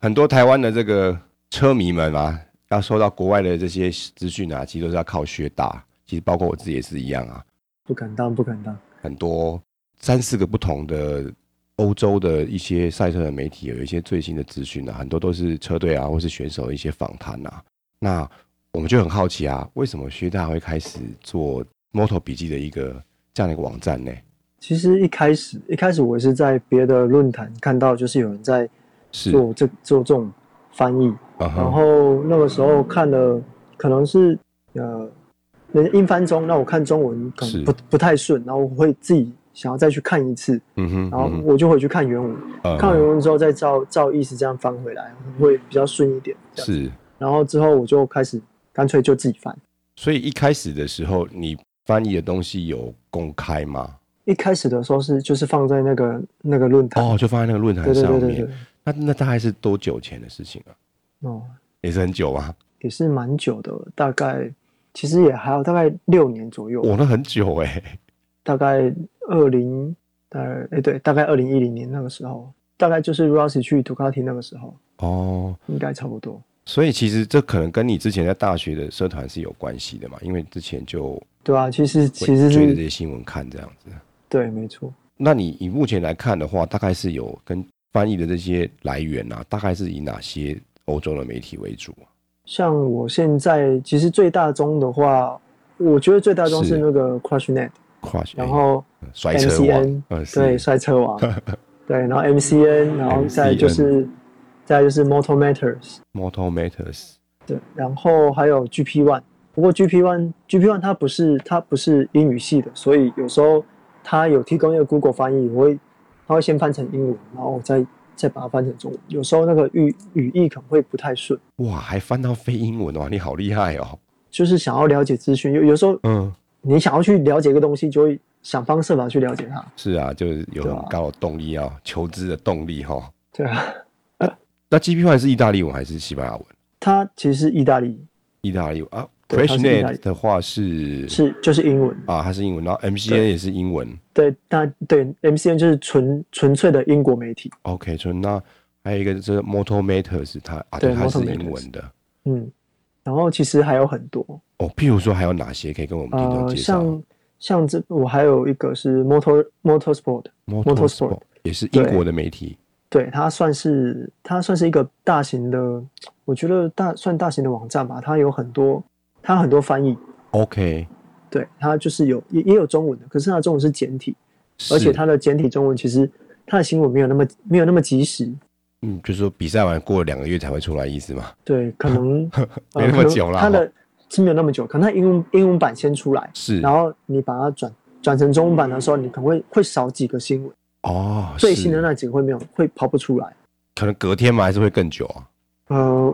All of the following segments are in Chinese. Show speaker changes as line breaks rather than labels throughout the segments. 很多台湾的这个车迷们啊，要收到国外的这些资讯啊，其实都是要靠学打。其实包括我自己也是一样啊，
不敢当，不敢当。
很多三四个不同的欧洲的一些赛车的媒体，有一些最新的资讯啊，很多都是车队啊或是选手的一些访谈啊。那我们就很好奇啊，为什么薛大会开始做 Moto 笔记的一个这样的一个网站呢？
其实一开始，一开始我也是在别的论坛看到，就是有人在
是，嗯
做这做这种翻译，
然
然后那个时候看了，可能是呃，那英翻中，那我看中文可
是
能不不太顺，然后我会自己想要再去看一次，
嗯哼，
然后我就回去看原文，
嗯哼
看完原文之后再照照意思这样翻回来，会比较顺一点。这样，
是，
然后之后我就开始干脆就自己翻。
所以一开始的时候，你翻译的东西有公开吗？
一开始的时候是就是放在那个那个论坛，
哦，就放在那个论坛
对对
上
对
面。
对对，
那那大概是多久前的事情啊？
哦，
也是很久啊吗？
也是蛮久的，大概其实也还有大概六年左右，
我那很久哎、
大概二零，大概哎对，大概二零一零年那个时候，大概就是 Rossi 去杜卡迪那个时候，
哦，
应该差不多。
所以其实这可能跟你之前在大学的社团是有关系的嘛，因为之前就
对啊，其实其
会
实
追着这
是
些新闻看这样子。
对，没错。
那你以目前来看的话，大概是有跟翻译的这些来源啊，大概是以哪些欧洲的媒体为主啊？
像我现在其实最大宗的话，我觉得最大宗
是
是那个 CrushNet，
跨学
然后
哎摔车网
MCN，，
嗯，是
对，摔车王， 对，然后 MCN，然后再就是再就是 Motor Matters，
，Motor Matters，
对，然后还有 GP One，不过 GP One GP One 它不是它不是英语系的，所以有时候它有提供一个 Google 翻译，我会它会先翻成英文，然后我再再把它翻成中文。有时候那个语语义可能会不太顺，
哇，还翻到非英文哇，你好厉害哦！
就是想要了解资讯，有有时候
嗯，
你想要去了解一个东西，就会想方设法去了解它。
是啊，就是有
对
很
啊
高的动力要求知的动力哈。
对啊，
那 GP One 是意大利文还是西班牙文？
它其实是意大利
意大利文啊
对它是意大利
，FreshNet 的话是
是就是英文，
啊，它是英文，然后 MCN
对
也是英文。
对，那对 MCN 就是纯纯粹的英国媒体，
OK，所以那还有一个就是 Motor Matters，它啊，
对
它是
Motor
英文的
嗯，然后其实还有很多，
哦。譬如说还有哪些可以跟我们听众
呃，
介绍
像像这我还有一个是 Motor Motorsport，Motorsport
也是英国的媒体
对它算是它算是一个大型的，我觉得大算大型的网站吧，它有很多它很多翻译，
？OK，
对它就是有也也有中文的，可是它的中文是简体，而且
是
它的简体中文其实它的新闻没有那么没有那么及时，
嗯，就是说比赛完过了两个月才会出来，意思嘛？
对，可能
没那么久啦
呃可能它的是没有那么久，可能它英文英文版先出来，
是
然后你把它转转成中文版的时候，你可能会会少几个新闻，
哦，
最
是
新的那几个会没有会跑不出来。
可能隔天嘛，还是会更久啊？
呃，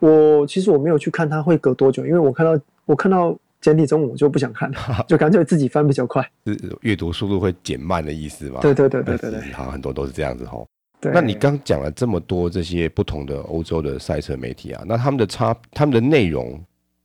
我其实我没有去看它会隔多久，因为我看到我看到简体中文我就不想看 了，就干脆自己翻比较快。
是阅读速度会减慢的意思吧？
对对对对对
是
对
好，很多都是这样子吼。
对。
那你刚讲了这么多这些不同的欧洲的赛车媒体啊，那他们的差、他们的内容，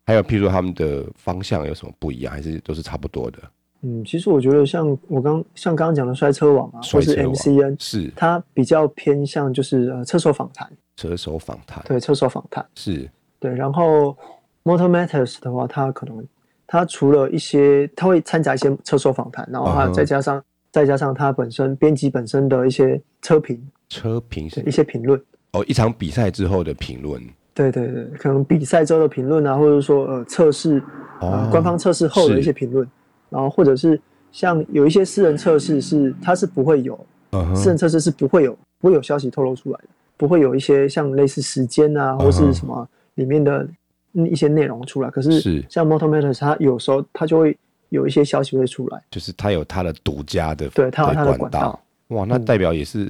还有譬如说他们的方向有什么不一样，还是都是差不多的？
嗯，其实我觉得像我刚像刚刚讲的摔车网啊，
摔
或是
车网
MCN，
是
它比较偏向就是呃车手访谈，
车手访谈，
对车手访谈，
是
对。然后 Motor Matters 的话，它可能它除了一些，它会掺杂一些车手访谈，然后
嗯
还有
哼
再加上、再加上它本身编辑本身的一些车评，
车评
对
是
一些评论。
哦，一场比赛之后的评论
对对对，可能比赛之后的评论啊，或者说呃测试，
哦
呃官方测试后的一
是
些评论，然后或者是像有一些私人测试是它是不会有，
嗯哼
私人测试是不会有不会有消息透露出来的，不会有一些像类似时间啊
嗯哼
或是什么里面的嗯一些内容出来。可
是
是像 Motor Matters 它有时候它就会有一些消息会出来，
就是他有他的独家的
对它有它的
管
管道，
哇，那
嗯
代表也是，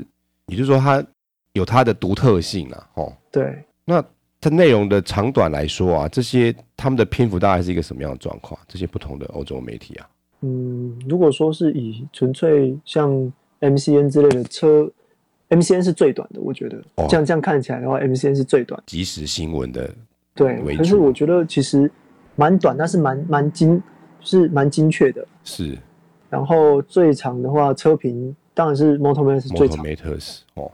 也就是说他有他的独特性啊，哦，
对。
那它内容的长短来说啊，这些他们的篇幅大概是一个什么样的状况？这些不同的欧洲媒体啊，
嗯，如果说是以纯粹像 MCN 之类的车，MCN 是最短的，我觉得、
哦
这样这样看起来的话，MCN 是最短。
即时新闻的为
对，可是
主
我觉得其实蛮短，但是蛮蛮精，就是蛮精确的。
是
然后最长的话，车评当然是 Motorman 是
m o
最
t o
长
m。a t e r s 哦，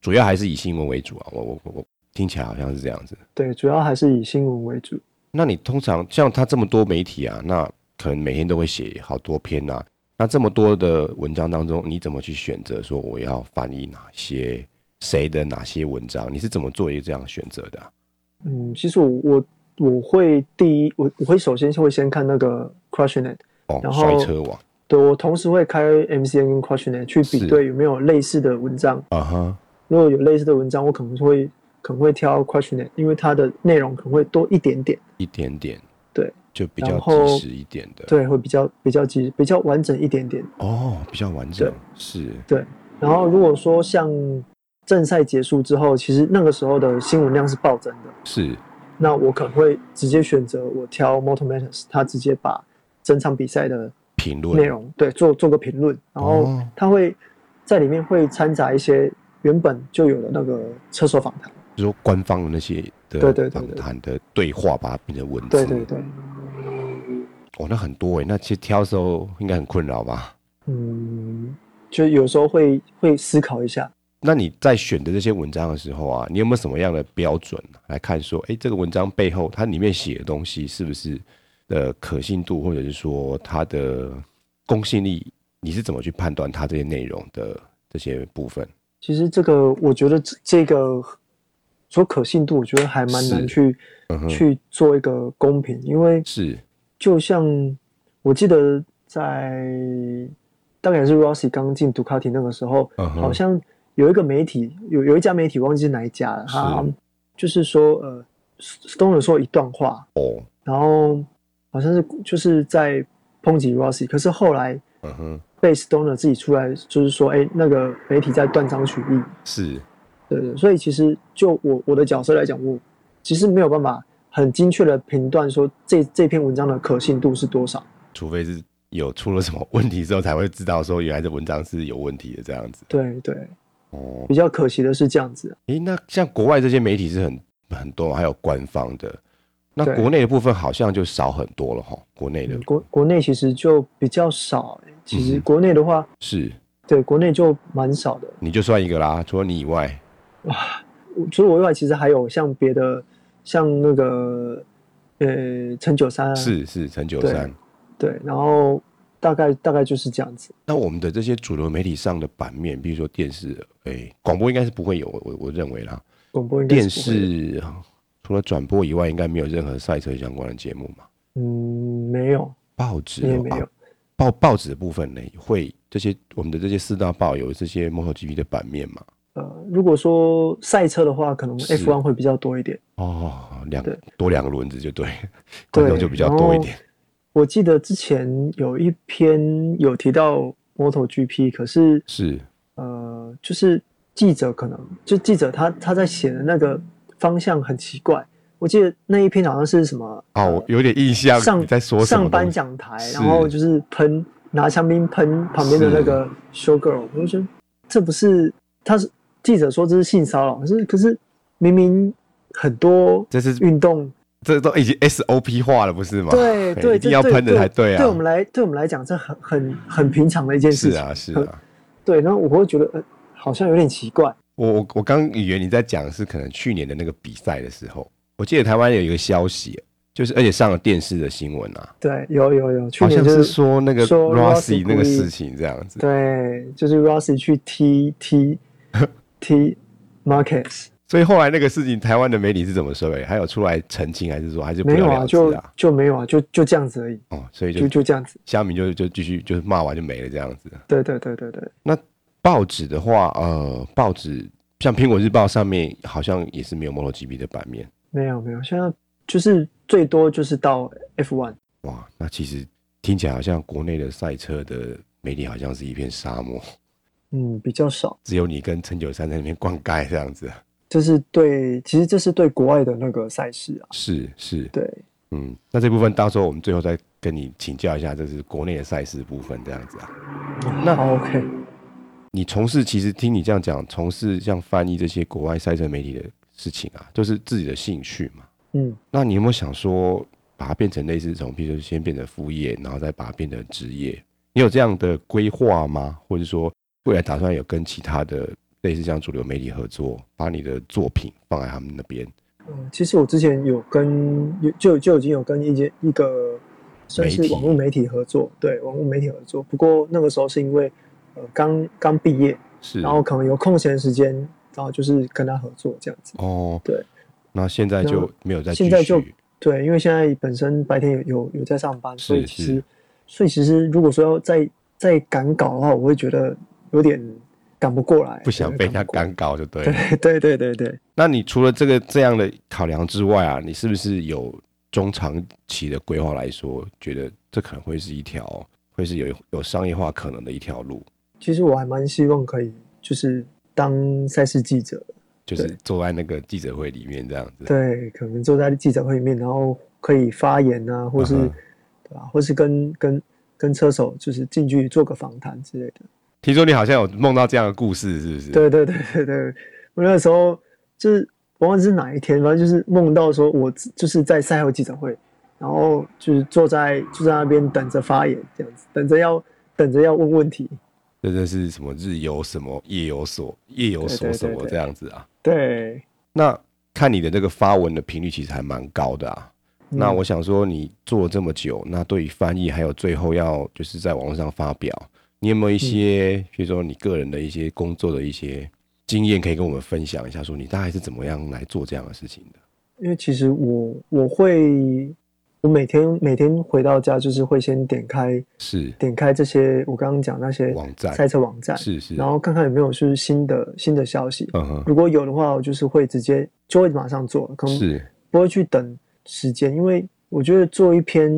主要还是以新闻为主啊。我我我听起来好像是这样子。
对，主要还是以新闻为主。
那你通常像他这么多媒体啊，那可能每天都会写好多篇啊。那这么多的文章当中，你怎么去选择说我要翻译哪些谁的哪些文章？你是怎么做一个这样的选择的啊、
嗯，其实我我我会第一，我我会首先会先看那个 Crushnet，
哦，
然后
摔车网
对我同时会开 MCN 跟 Crushnet 去
是
比对有没有类似的文章。
啊哈，
如果有类似的文章，我可能会可能会挑 Crushnet，因为它的内容可能会多一点点，
一点点，
对，
就比较
然后
及时一点的，
对，会比较比较及比较完整一点点。
哦，比较完整
对，
是
然后如果说像正赛结束之后，其实那个时候的新闻量是暴增的，
是
那我可能会直接选择我挑 Motor Matters，他直接把整场比赛的
评论
内容对做做个评论，然后
哦
他会在里面会掺杂一些原本就有的那个车手访谈，
就是说官方的那些
对
的
对对
访
对
谈的对话，把它变成文字。
对对对，
哦，那很多哎，那其实挑的时候应该很困扰吧？
嗯，就有时候会会思考一下，
那你在选择这些文章的时候啊，你有没有什么样的标准来看说，哎，这个文章背后它里面写的东西是不是的可信度，或者是说它的公信力，你是怎么去判断它这些内容的这些部分？
其实这个我觉得这这个说可信度，我觉得还蛮
是
难去、
嗯哼
去做一个公平，因为
是
就像我记得在大概是 Rossi 刚进杜卡迪那个时候，
嗯哼
好像有一个媒体有有一家媒体忘记是哪一家了，
是
他就是说呃，Stone 说一段话，
哦，
然后好像是就是在抨击 Rossi，可是后来
嗯哼，
被 Stone 自己出来就是说，哎，那个媒体在断章取义，
是
对对，所以其实就我我的角色来讲，我其实没有办法很精确的评断说这这篇文章的可信度是多少。
除非是有出了什么问题之后，才会知道说原来这文章是有问题的这样子。
对对，
哦，
比较可惜的是这样子。
诶，那像国外这些媒体是很很多嘛，还有官方的，那
对
国内的部分好像就少很多了哈。国内的、
嗯国国内其实就比较少、欸其实
嗯
国内的话，
是，
对国内就蛮少的。
你就算一个啦，除了你以外，
我除了我以外，其实还有像别的，像那个呃陈九三啊，
是是陈九三
对。对，然后大概大概就是这样子。
那我们的这些主流媒体上的版面，比如说电视，诶，广播应该是不会有，我我我认为啦。
广播应该
电
是不会有，
视除了转播以外，应该没有任何赛车相关的节目嘛。
嗯，没有，
报纸
也
有
没
啊
有。
报报纸的部分呢，会这些我们的这些四大报有这些 MotoGP 的版面嘛？
呃，如果说赛车的话，可能
是
F1 会比较多一点。
哦，两
对
多两个轮子就对，
对
观众就比较多一点。
我记得之前有一篇有提到 MotoGP，可是
是
呃，就是记者可能就记者他他在写的那个方向很奇怪。我记得那一篇好像是什么
哦，我有点印象
上
你在说什么
上颁
东西？
讲台，
是
然后就是喷拿香槟喷旁边的那个 show girl，我就觉得这不是他是记者说这是性骚扰，可是可是明明很多
这是
运动
这都已经 SOP 化了，不是吗？
对
嘿
对，
一定
这
要
对
喷的才对啊。
对我们来对我们来讲，这很很很平常的一件事
是
情。
啊是
嗯
啊，
对，然后我会觉得呃好像有点奇怪。
我我我刚以为你在讲是可能去年的那个比赛的时候，我记得台湾有一个消息，就是而且上了电视的新闻啊，
对，有有有，去
好
年
像
就是
说那个
说 Rossi
那个
故意
事情这样子。
对，就是 Rossi 去踢 踢踢 Marcus，
所以后来那个事情，台湾的媒体是怎么说的？还有出来澄清，还是说还是不
没
了
有
了
啊，
之
就
啊？
就没有啊，就就这样子而已，
哦，所以
就
就
就这样子。
乡民就就继续就是骂完就没了这样子。
对对对对对，
那报纸的话，呃，报纸像《苹果日报》上面好像也是没有 MotoGP 的版面。
没有没有，现在就是最多就是到 F1。
哇，那其实听起来好像国内的赛车的媒体好像是一片沙漠，
嗯，比较少，
只有你跟陈九三在那边灌溉这样子。
这是对，其实这是对国外的那个赛事啊，
是是，
对，
嗯，那这部分到时候我们最后再跟你请教一下，这是国内的赛事部分这样子啊。那
好 OK，
你从事其实听你这样讲，从事像翻译这些国外赛车媒体的事情啊，就是自己的兴趣嘛。
嗯，
那你有没有想说，把它变成类似从，譬如说先变成副业，然后再把它变成职业？你有这样的规划吗？或者说未来打算有跟其他的类似这样主流媒体合作，把你的作品放在他们那边
嗯，其实我之前有跟有就就已经有跟一间一个算
媒
是
体
网络媒体合作，对网络媒体合作。不过那个时候是因为呃刚刚毕业，
是，
然后可能有空闲时间，然后就是跟他合作这样子。
哦，
对，
那现在就没有再继续
现在就对，因为现在本身白天有有有在上班，所
是
以其
是
实所以其实如果说要再再赶稿的话，我会觉得有点赶不过来，
不想被人家
赶
赶稿就对
不
了
过。来。呃 对对对对对，
那你除了这个这样的考量之外啊，你是不是有中长期的规划来说，觉得这可能会是一条会是有有商业化可能的一条路，
其实我还蛮希望可以就是当赛事记者，
就是
对
坐在那个记者会里面这样子。
对，可能坐在记者会里面，然后可以发言啊，或是、
嗯哼
对吧、或是跟跟跟车手就是近距离做个访谈之类的。
听说你好像有梦到这样的故事，是不是？，
对对对对对，我那时候就是忘了是哪一天，反正就是梦到说我自就是在赛后记者会，然后就是坐在就在那边等着发言这样子，等着要等着要问问题。
这真是什么日有什么，夜有所，夜有所
对对对
什么
对
这样子啊。
对，
那看你的这个发文的频率其实还蛮高的啊。
嗯
那我想说，你做了这么久，那对于翻译还有最后要就是在网络上发表，你有没有一些，
嗯
比如说你个人的一些工作的一些经验可以跟我们分享一下？说你大概是怎么样来做这样的事情的？
因为其实我我会我每天每天回到家就是会先点开
是
点开这些我刚刚讲那些
网站
赛车网站，
是是，
然后看看有没有就是新的新的消息。
嗯哼，
如果有的话，我就是会直接就会马上做，可能
是
不会去等时间，因为我觉得做一篇、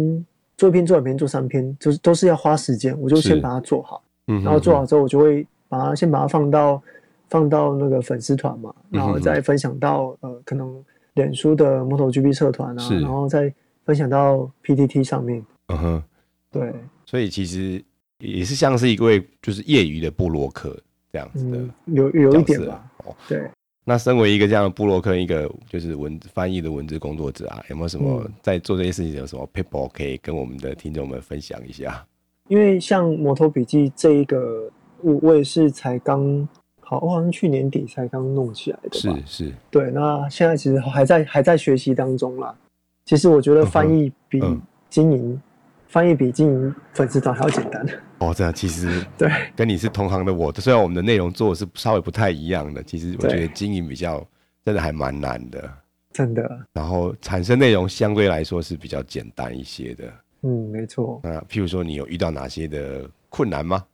做一篇、做两篇、做三篇，就是都是要花时间，我就是先把它做好，
嗯哼，
然后做好之后，我就会把它先把它放到放到那个粉丝团嘛，
嗯
然后再分享到呃可能脸书的 MotoGP 社团啊，
是
然后再分享到 PTT 上面，
嗯哼，
对，
所以其实也是像是一位就是业余的布洛克这样子的
嗯，有有一
角
点
色
吧，
啊。哦，
对，
那身为一个这样的布洛克，一个就是文翻译的文字工作者啊，有没有什么
嗯
在做这些事情有什么 p a p e 可以跟我们的听众们分享一下？
因为像《摩托笔记》这一个，我我也是才刚。好，我好像去年底才刚弄起来的吧。
是是，
对，那现在其实还在还在学习当中啦。其实我觉得翻译比
嗯
经营，翻译比经营粉丝团还要简单。
哦，这样其实
对
跟你是同行的我，虽然我们的内容做的是稍微不太一样的，其实我
对
觉得经营比较真的还蛮难的，
真的，
然后产生内容相对来说是比较简单一些的。
嗯，没错。
那譬如说，你有遇到哪些的困难吗？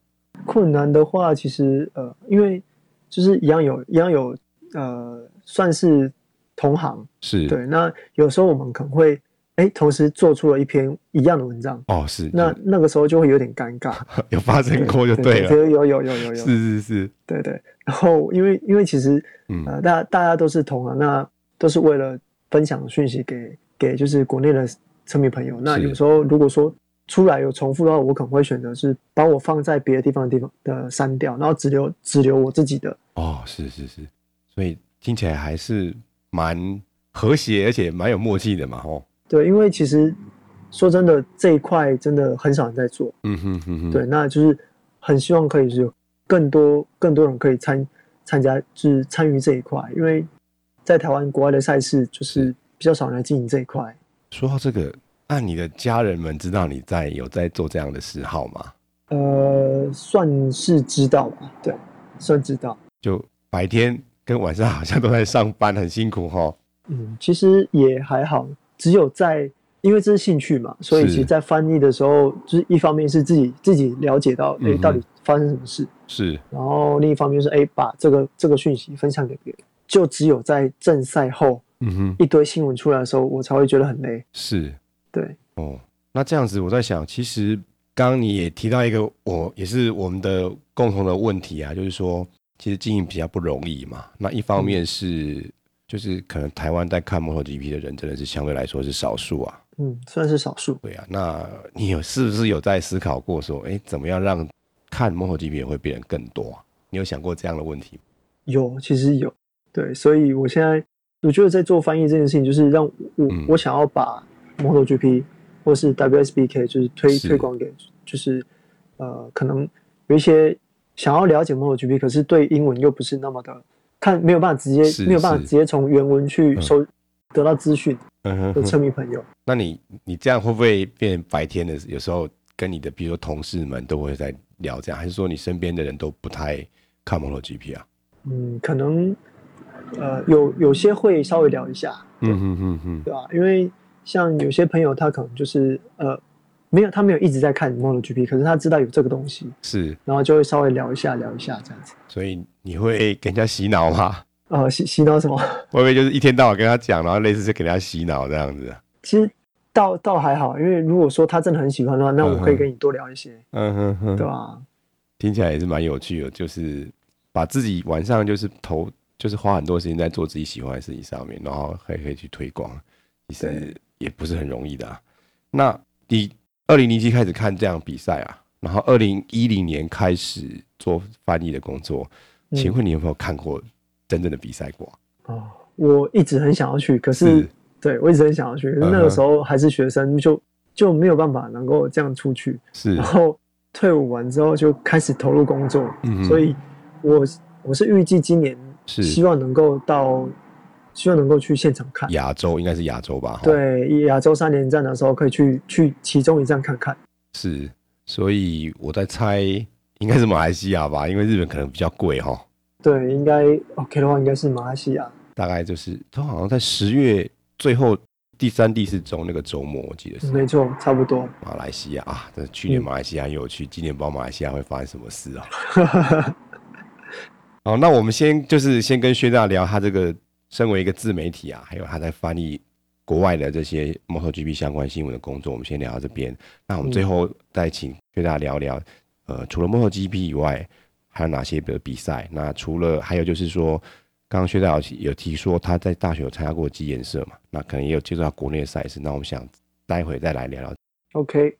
困难的话，其实呃，因为就是一样有一样有呃，算是同行。
是，
对，那有时候我们可能会哎，同时做出了一篇一样的文章，
哦，是，
那那个时候就会有点尴 尬。
有发生过就对了，
有有有有有有，
是是是，
对对。然后因为因为其实
嗯，
呃，大大家都是同行，那都是为了分享讯息给给就是国内的车迷朋友。那
是
有时候如果说出来有重复的话，我可能会选择是把我放在别的地方的地方的删掉，然后只留只留我自己的。
哦，是是是，所以听起来还是蛮和谐，而且蛮有默契的嘛，吼。
对，因为其实说真的，这一块真的很少人在做。
嗯哼哼哼，
对，那就是很希望可以是有更多更多人可以参参加，就是参与这一块，因为在台湾国外的赛事就是
嗯
比较少人来经营这一块。
说到这个，那你的家人们知道你在有在做这样的嗜好吗？
呃，算是知道吧，对，算知道。
就白天跟晚上好像都在上班，很辛苦哈。
嗯，其实也还好，只有在因为这是兴趣嘛，所以
是
其实在翻译的时候，就是一方面是自己自己了解到
嗯
诶
哼
到底发生什么事，
是
然后另一方面是诶把这个这个讯息分享给别人。就只有在正赛后
嗯哼，
一堆新闻出来的时候，我才会觉得很累。
是
对，
哦。那这样子，我在想，其实刚刚你也提到一个，我也是我们的共同的问题啊，就是说，其实经营比较不容易嘛。那一方面是，就是可能台湾在看 MotoGP 的人真的是相对来说是少数啊。
嗯，算是少数。
对啊，那你有是不是有在思考过说，哎，怎么样让看 MotoGP 也会变得更多啊、你有想过这样的问题吗？
有，其实有，对，所以我现在我觉得在做翻译这件事情，就是让我、
嗯
我想要把 MotoGP 或是 WSBK 就是推
是
推广给，就是呃，可能有一些想要了解 MotoGP，可是对英文又不是那么的看，没有办法直
是
接没有办法
是
直接从原文去
嗯
收、得到资讯
嗯哼
的
哼
车迷朋友。
那你你这样会不会变白天的？有时候跟你的，比如说同事们都会在聊这样，还是说你身边的人都不太看 MotoGP 啊？
嗯，可能呃有有些会稍微聊一下，
嗯哼哼哼，
对吧、因为像有些朋友他可能就是呃没有他没有一直在看 MotoGP，可是他知道有这个东西，
是，
然后就会稍微聊一下聊一下这样子。
所以你会给人家洗脑吗？
呃，洗洗脑什么？
会不会就是一天到晚跟他讲，然后类似是给人家洗脑这样子啊？
其实倒倒还好，因为如果说他真的很喜欢的话，那我可以跟你多聊一些，
嗯哼哼
对吧？
听起来也是蛮有趣的，就是把自己晚上就是投，就是花很多时间在做自己喜欢的事情上面，然后还可以去推广，其实也不是很容易的、啊。那你二零零七开始看这样比赛啊，然后二零一零年开始做翻译的工作，
嗯
请问你有没有看过真正的比赛过啊？
哦，我一直很想要去，可是
是
对我一直很想要去，可是那
嗯哼
个时候还是学生，就就没有办法能够这样出去。
是
然，后退伍完之后就开始投入工作，
嗯哼
所以我我是预计今年
是
希望能够到，希望能够去现场看。
亚洲应该是亚洲吧？哈，
对，亚洲三连战的时候可以去去其中一站看看。
是，所以我在猜应该是马来西亚吧，因为日本可能比较贵哈。
对，应该 OK 的话，应该是马来西亚。
大概就是他好像在十月最后第三、第四周那个周末，我记得是
没错，差不多。
马来西亚啊。这去年马来西亚很有趣，今年不知道马来西亚会发生什么事啊。 好，那我们先就是先跟薛大聊他这个身为一个自媒体啊，还有他在翻译国外的这些 MotoGP 相关新闻的工作，我们先聊到这边。那我们最后再请薛大聊聊，呃，除了 MotoGP 以外，还有哪些的比赛？那除了还有就是说，刚刚薛大有提有提说他在大学有参加过基研社嘛，那可能也有介绍国内的赛事。那我们想待会再来聊聊
OK，